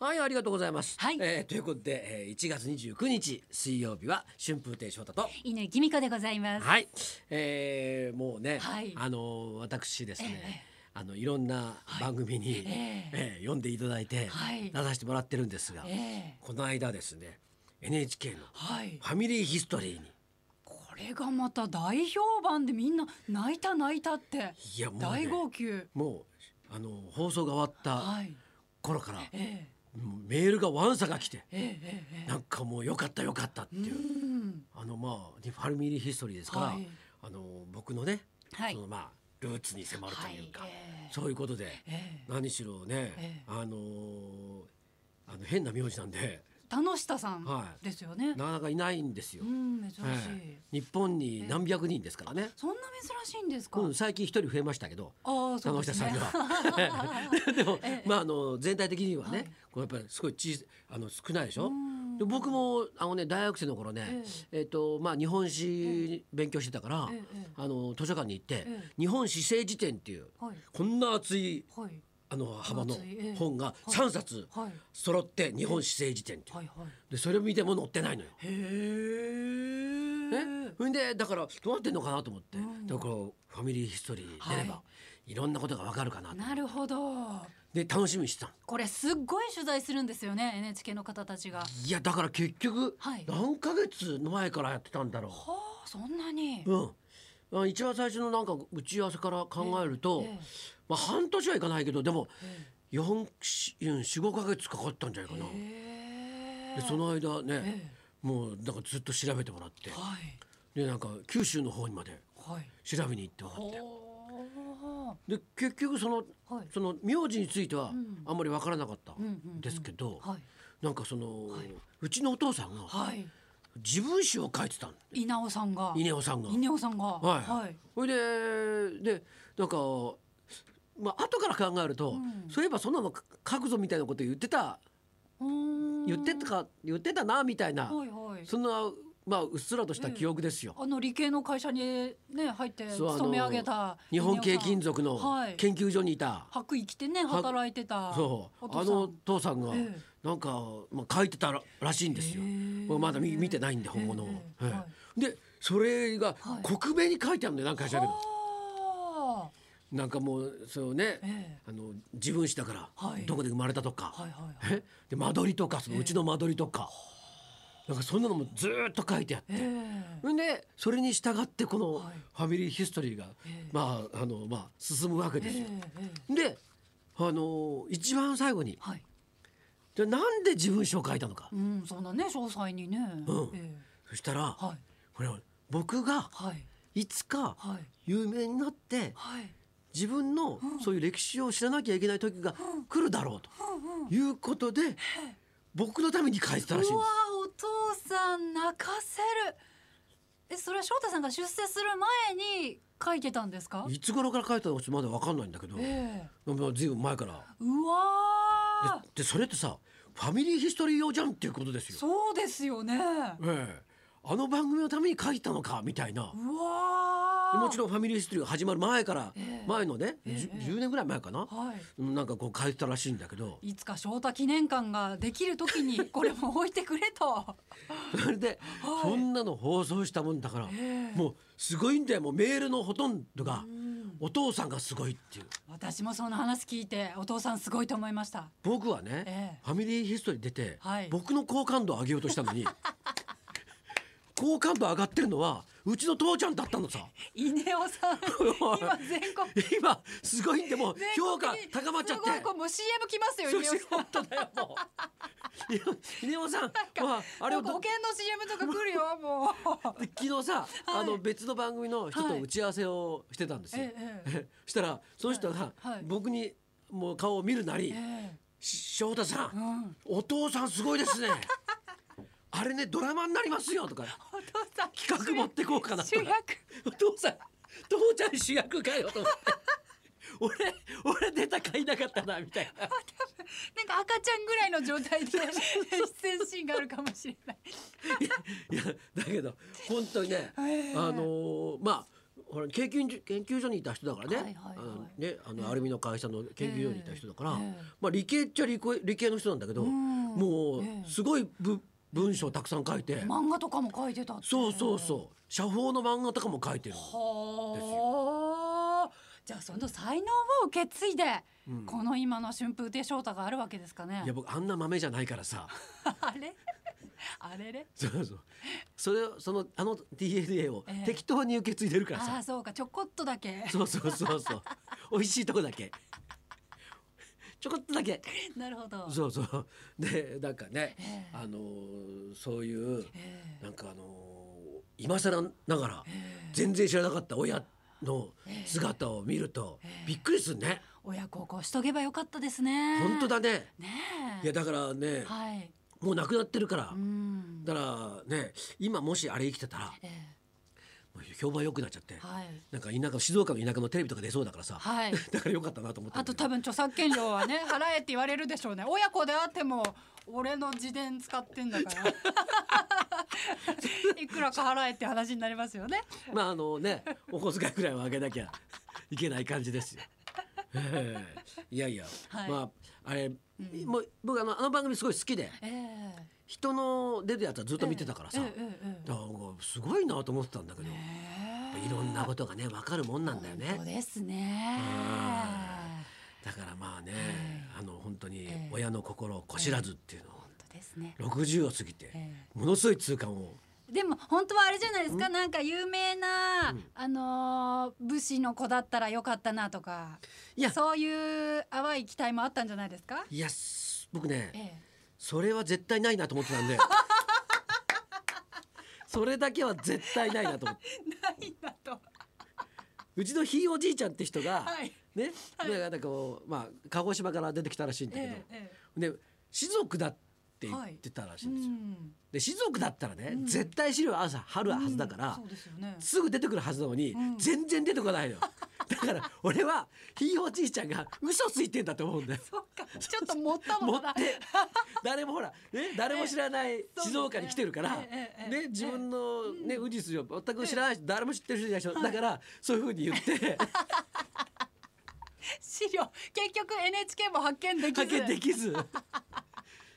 はい、ありがとうございます。はいえーということで、えー1月29日水曜日は春風亭昇太と。犬井美子でございます。はい、えーもうね、はいあの私ですね、あのいろんな番組に、ええー読んでいただいて、はい出させてもらってるんですが、ええこの間ですね、NHK のはい。ファミリーヒストリーにこれがまた大評判でみんな泣いた泣いたっていやもうね大号泣。もうあの放送が終わったはい。頃から、ええもうメールがわんさか来て、ええええなんかもうよかったよかったってえいうう。ん。あのまあファミリーヒストリーですから、はいあの僕のね、はいそのまあルーツに迫るというか、はいええそういうことでええ何しろね、ええあのーあの変な名字なんで田之下さんはいですよね。なかなかいないんですよう。ん珍しい。ええ日本に何百人ですからね。そんな珍しいんですか。うん、最近一人増えましたけど。ああ田そう之で下すさんね。が でも、ええまああの全体的にはね、はいこうやっぱりすごい小さあの少ないでしょうんで僕もあのね大学生の頃ねえっ、とまあ日本史勉強してたから、ええええあの図書館に行って、ええ日本史政治典っていうはいこんな厚いはいあの幅の厚いええ本がい3冊はい揃って日本史政治典っていう、はいはい。でそれを見ても載ってないのよ。へえ。ね、それでだからどうなってんのかなと思って、うんだからファミリーヒストリー出れば、、はいろんなことがわかるかなとなるほど。で楽しみにしてたのこれすっごい取材するんですよね NHK の方たちが。はいやだから結局、はい何ヶ月の前からやってたんだろあそんなに。う。うん。あ一番最初のなんか打ち合わせから考えると、ええまあ半年はいかないけどでもえ四四四五ヶ月かかったんじゃないかな。へえでその間ね、えもうだからずっと調べてもらってはいでなんか九州の方にまではい。調べに行ってもらって。おで結局そのお。はい。その名字についてはんあんまりわからなかったうんうんうんんですけど、はいなんかその、はいうちのお父さんがはい。自分史を書いてたの稲尾さんが。稲尾さんが。稲尾さんが。はい、はい。それででなんかまあ後から考えると、うんそういえばそんなの書くぞみたいなこと言ってたうーん言ってた。か言ってたなみたいな、はいはい。そんなまあうっすらとした記憶ですよ。あの理系の会社にね入ってそうあの勤め上げた日本稲系尾さん金属のはい研究所にいた、白衣着てね働いてた。そうお父あさんの父さんがええなんか、まあ、書いてたららしいんですよへえ。これまだ見見てないんで本物を。ええはいはでそれがはい克明に書いてあるんだよなんか知らないけどはあ。なんかもうそうね、ええあの自分史だから、はいどこで生まれたとか、はいはいはい。えで間取りとかそのうちの間取りとか、なんかそんなのもずーっと書いてあって、えんでそれに従ってこのはいファミリーヒストリーが、ええまああのまあ進むわけえですよ。ええであの一番最後にはい。じゃあなんで自分史を書いたのか、うん、そんなね、詳細にね。うんええそしたら、はい。これは僕がはい。いつかはい。有名になってはい。自分のそういう歴史を知らなきゃいけない時が来るだろうということで僕のために書いてたらしいんうでわす。、お父さん泣かせる。え、それは翔太さんが出世する前に書いてたんですか。いつ頃から書いたのかちょっとまだわかんないんだけど、ええまあずいぶん前から。うわー。でそれってさファミリーヒストリー用じゃんっていうことですよ。そうですよね。ええ、あの番組のために書いたのかみたいなうわー。もちろんファミリーヒストリーが始まる前から、ええ前のね、ええじゅ 10, 年ぐらい前かな、はい。うんなんかこう書いてたらしいんだけどいつか翔太記念館ができるときに、これも置いてくれと。 それで、はいそんなの放送したもんだから、ええもうすごいんだよもうメールのほとんどが、うんお父さんがすごいっていう私もその話聞いて、お父さんすごいと思いました。僕はね、ええファミリーヒストリー出て、はい僕の好感度を上げようとしたのに 好感度上がってるのはうちの父ちゃんだったのさ。稲尾さん おい今全国今すごいんでもう全国評価に高まっちゃっすごいてこ。うもう CM 来ますよそう稲そう尾さん本当だよもう。いや稲尾さん、まああれなをんかど保険の CM とか来 るよもう昨日さ、あの別の番組の人はとい打ち合わせをしてたんですよ。ええ したらその人がはいはい僕にもう顔を見るなり、えし翔太さ、えうんんお父さんすごい ですね。あれねドラマになりますよとかお父さん企画持ってこうかなと主か。役お父さん父ちゃん主役かよと 思って俺俺出たかいなかったなみたいななんか赤ちゃんぐらいの状態で出演シーンがあるかもしれないいやだけど本当にね、ええあのーまあほら研究所研究所にいた人だからね、はいはいはいあのねあのアルミの会社の研究所にいた人だから、ええまあ理系っちゃ理系理系の人なんだけど、うんもえうえすごいぶ文章をたくさん書いて、漫画とかも書いてたってそうそうそう写法の漫画とかも書いてる、はあじゃあその才能を受け継いで、うんこの今の春風亭昇太があるわけですかねいや僕あんな豆じゃないからさ あれ あれれそうそうそれをそのあの DNA をええ適当に受け継いでるからああさ、そうかちょこっとだけそうそうそうそう美味しいとこだけちょこっとだけ なるほどそうそうでなんかね、ええあのーそういうええなんかあのー今更ながら全然知らなかった親の姿を見るとびっくりするね親孝行しとけばよかったですね本当だねねいえやだからねはいもう亡くなってるからうんだからね今もしあれ生きてたらもえう評判良くなっちゃってえはいなんか田舎静岡の田舎のテレビとか出そうだからさはいだから良かったなと思ってあと多分著作権料は ね払えって言われるでしょうね親子であっても俺の自伝使ってんだ からいくらか払えって話になりますよねまああのねお小遣いくらいはあげなきゃいけない感じですよ。ええいやいや、はいまああれ、もう僕あのあの番組すごい好きでええ人の出るやつはずっと見てたからさ、ええええええだからすごいなと思ってたんだけど、ええいろんなことがね分かるもんなんだよ本当ね。ですねあだからまあね、あの本当にえ親の心をこしらずっていうのを本当ですね60を過ぎてえものすごい痛感をでも本当はあれじゃないですかなんか有名な、あのー武士の子だったらよかったなとかいやそういう淡い期待もあったんじゃないですか、いやす僕ね、ええそれは絶対ないなと思ってたんで それだけは絶対ないなと思って ないなと。うちのひいおじいちゃんって人が、はいね、なんかこう、まあ、鹿児島から出てきたらしいんだけど、ええで士族だって言ってたらしいんですよ。ん、で士族だったらね、絶対資料は朝春ははずだから、そうですよね。すぐ出てくるはずなのに、全然出てこないの。だから俺はひいおじいちゃんが嘘ついてんだと思うんだよ。そっか、ちょっと持った持もっんだ。て 誰もほら、ね、誰も知らないそうですね静岡に来てるから、ええええええね、自分の、ね、宇治筋を全く知らないし誰も知ってる人じゃない人、だからそういうふうに言って 資料、結局 NHK も発見できず。派遣できず。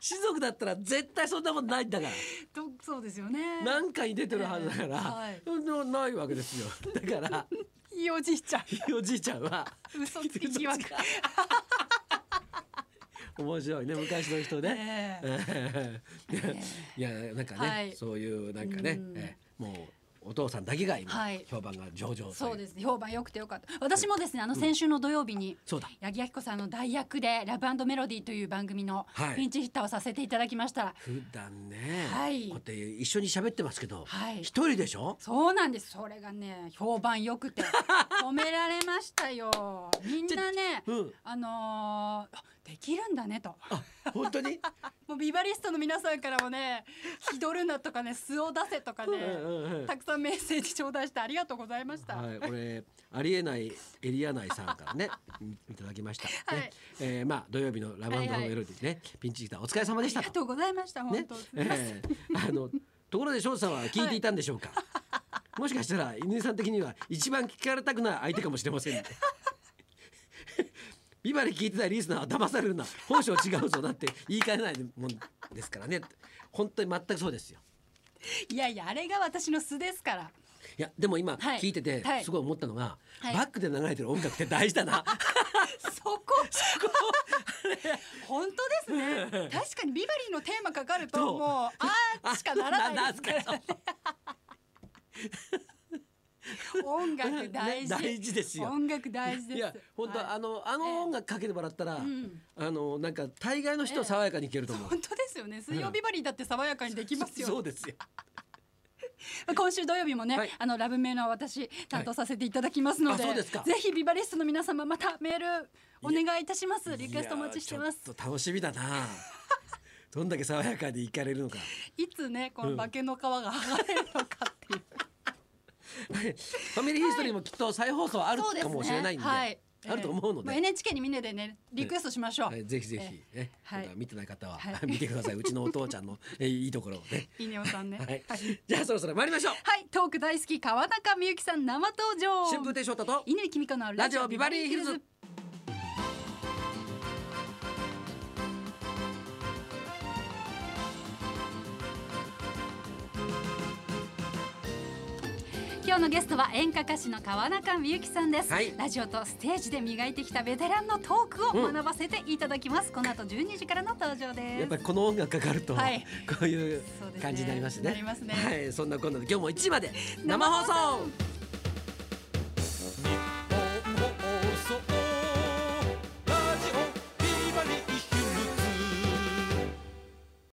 士族だったら絶対そんなことないんだかとそうですよね。ら何かに出てるはずだから、はいそんなのないわけですよだからいいおじいちゃん。ひいおじいちゃんは嘘つき 疑惑。面白いね昔の人ね。ええええいやなんかね、はいそういうなんかね、うんええもうお父さんだけが今、はい評判が上々そうですすね評判良くてよかった私もですねあの先週の土曜日に、そうだ八木亜希子さんの代役で「ラブメロディー」という番組のはいピンチヒッターをさせていただきました、普段ね、はいこうやって一緒に喋ってますけど、はい一人でしょそうなんですそれがね評判良くて 褒められましたよみんなね、うんあのーあできるんだねとあ本 当にもうビバリストの皆さんからもね「気取るな」とかね「素を出せ」とかうねんうんうんたくさんメッセージ頂戴してありがとうございました。はい、これありえないエリア内さんからねうんいただきました、はいねえーまあ土曜日のラブメロディね、ピンチヒッターお疲れ様でしあたりがととうございました、本ね当、すみませんえーあのところで翔さんは聞いていたんでし ょうか、もしかしたら犬井さん的には一番聞かれたくない相手かもしれませんねビバリ聞いてたリースナーは騙されるな本性違うぞだって言いかねないもんですからね本当に全くそうですよいやいやあれが私の素ですからいやでも今はい聞いててはいすごい思ったのが、はいバックで流れてる音楽って大事だなそ こ 本当ですね確かにビバリーのテーマかかるそとうもうあーしかならないで すからな 音楽大事、ね 大事ですよ音楽大事ですいや本当、はいあのあの音楽かけてもらったら、んあのなんか大概の人は爽やかにいけると思う、本当ですよね水曜ビバリーだって爽やかにできますよ、そうですよ 今週土曜日もね、はいあのラブメールは私担当させていただきますので、あそうですかぜひビバリストの皆様またメールお願いいたしますリクエストお待ちしてますいやーちょっと楽しみだ などんだけ爽やかでいかれるのかいつねこの化けの皮が剥がれるのかっていう、ファミリーヒストリーもきっと再放送あるかもしれないんで、はいあると思うのまあで、 NHK にみんなでねリクエストしましょう、はい、ぜひぜひ、ねはいまだ見てない方は、はい 見てくださいうちのお父ちゃんの、えいいところをね、いいねおさんねはい はい、じゃあそろそろ参りましょうはいトーク大好き川中美幸さん生登場春風亭昇太と稲木美香のラジオビバリーヒルズ今日のゲストは演歌歌手の川中美幸さんです、はいラジオとステージで磨いてきたベテランのトークをうん学ばせていただきます、この後12時からの登場ですやっぱりこの音楽かかると、はいこういうそうですね感じになりますねなりますねはいそんなこんなで今日も1時まで生放送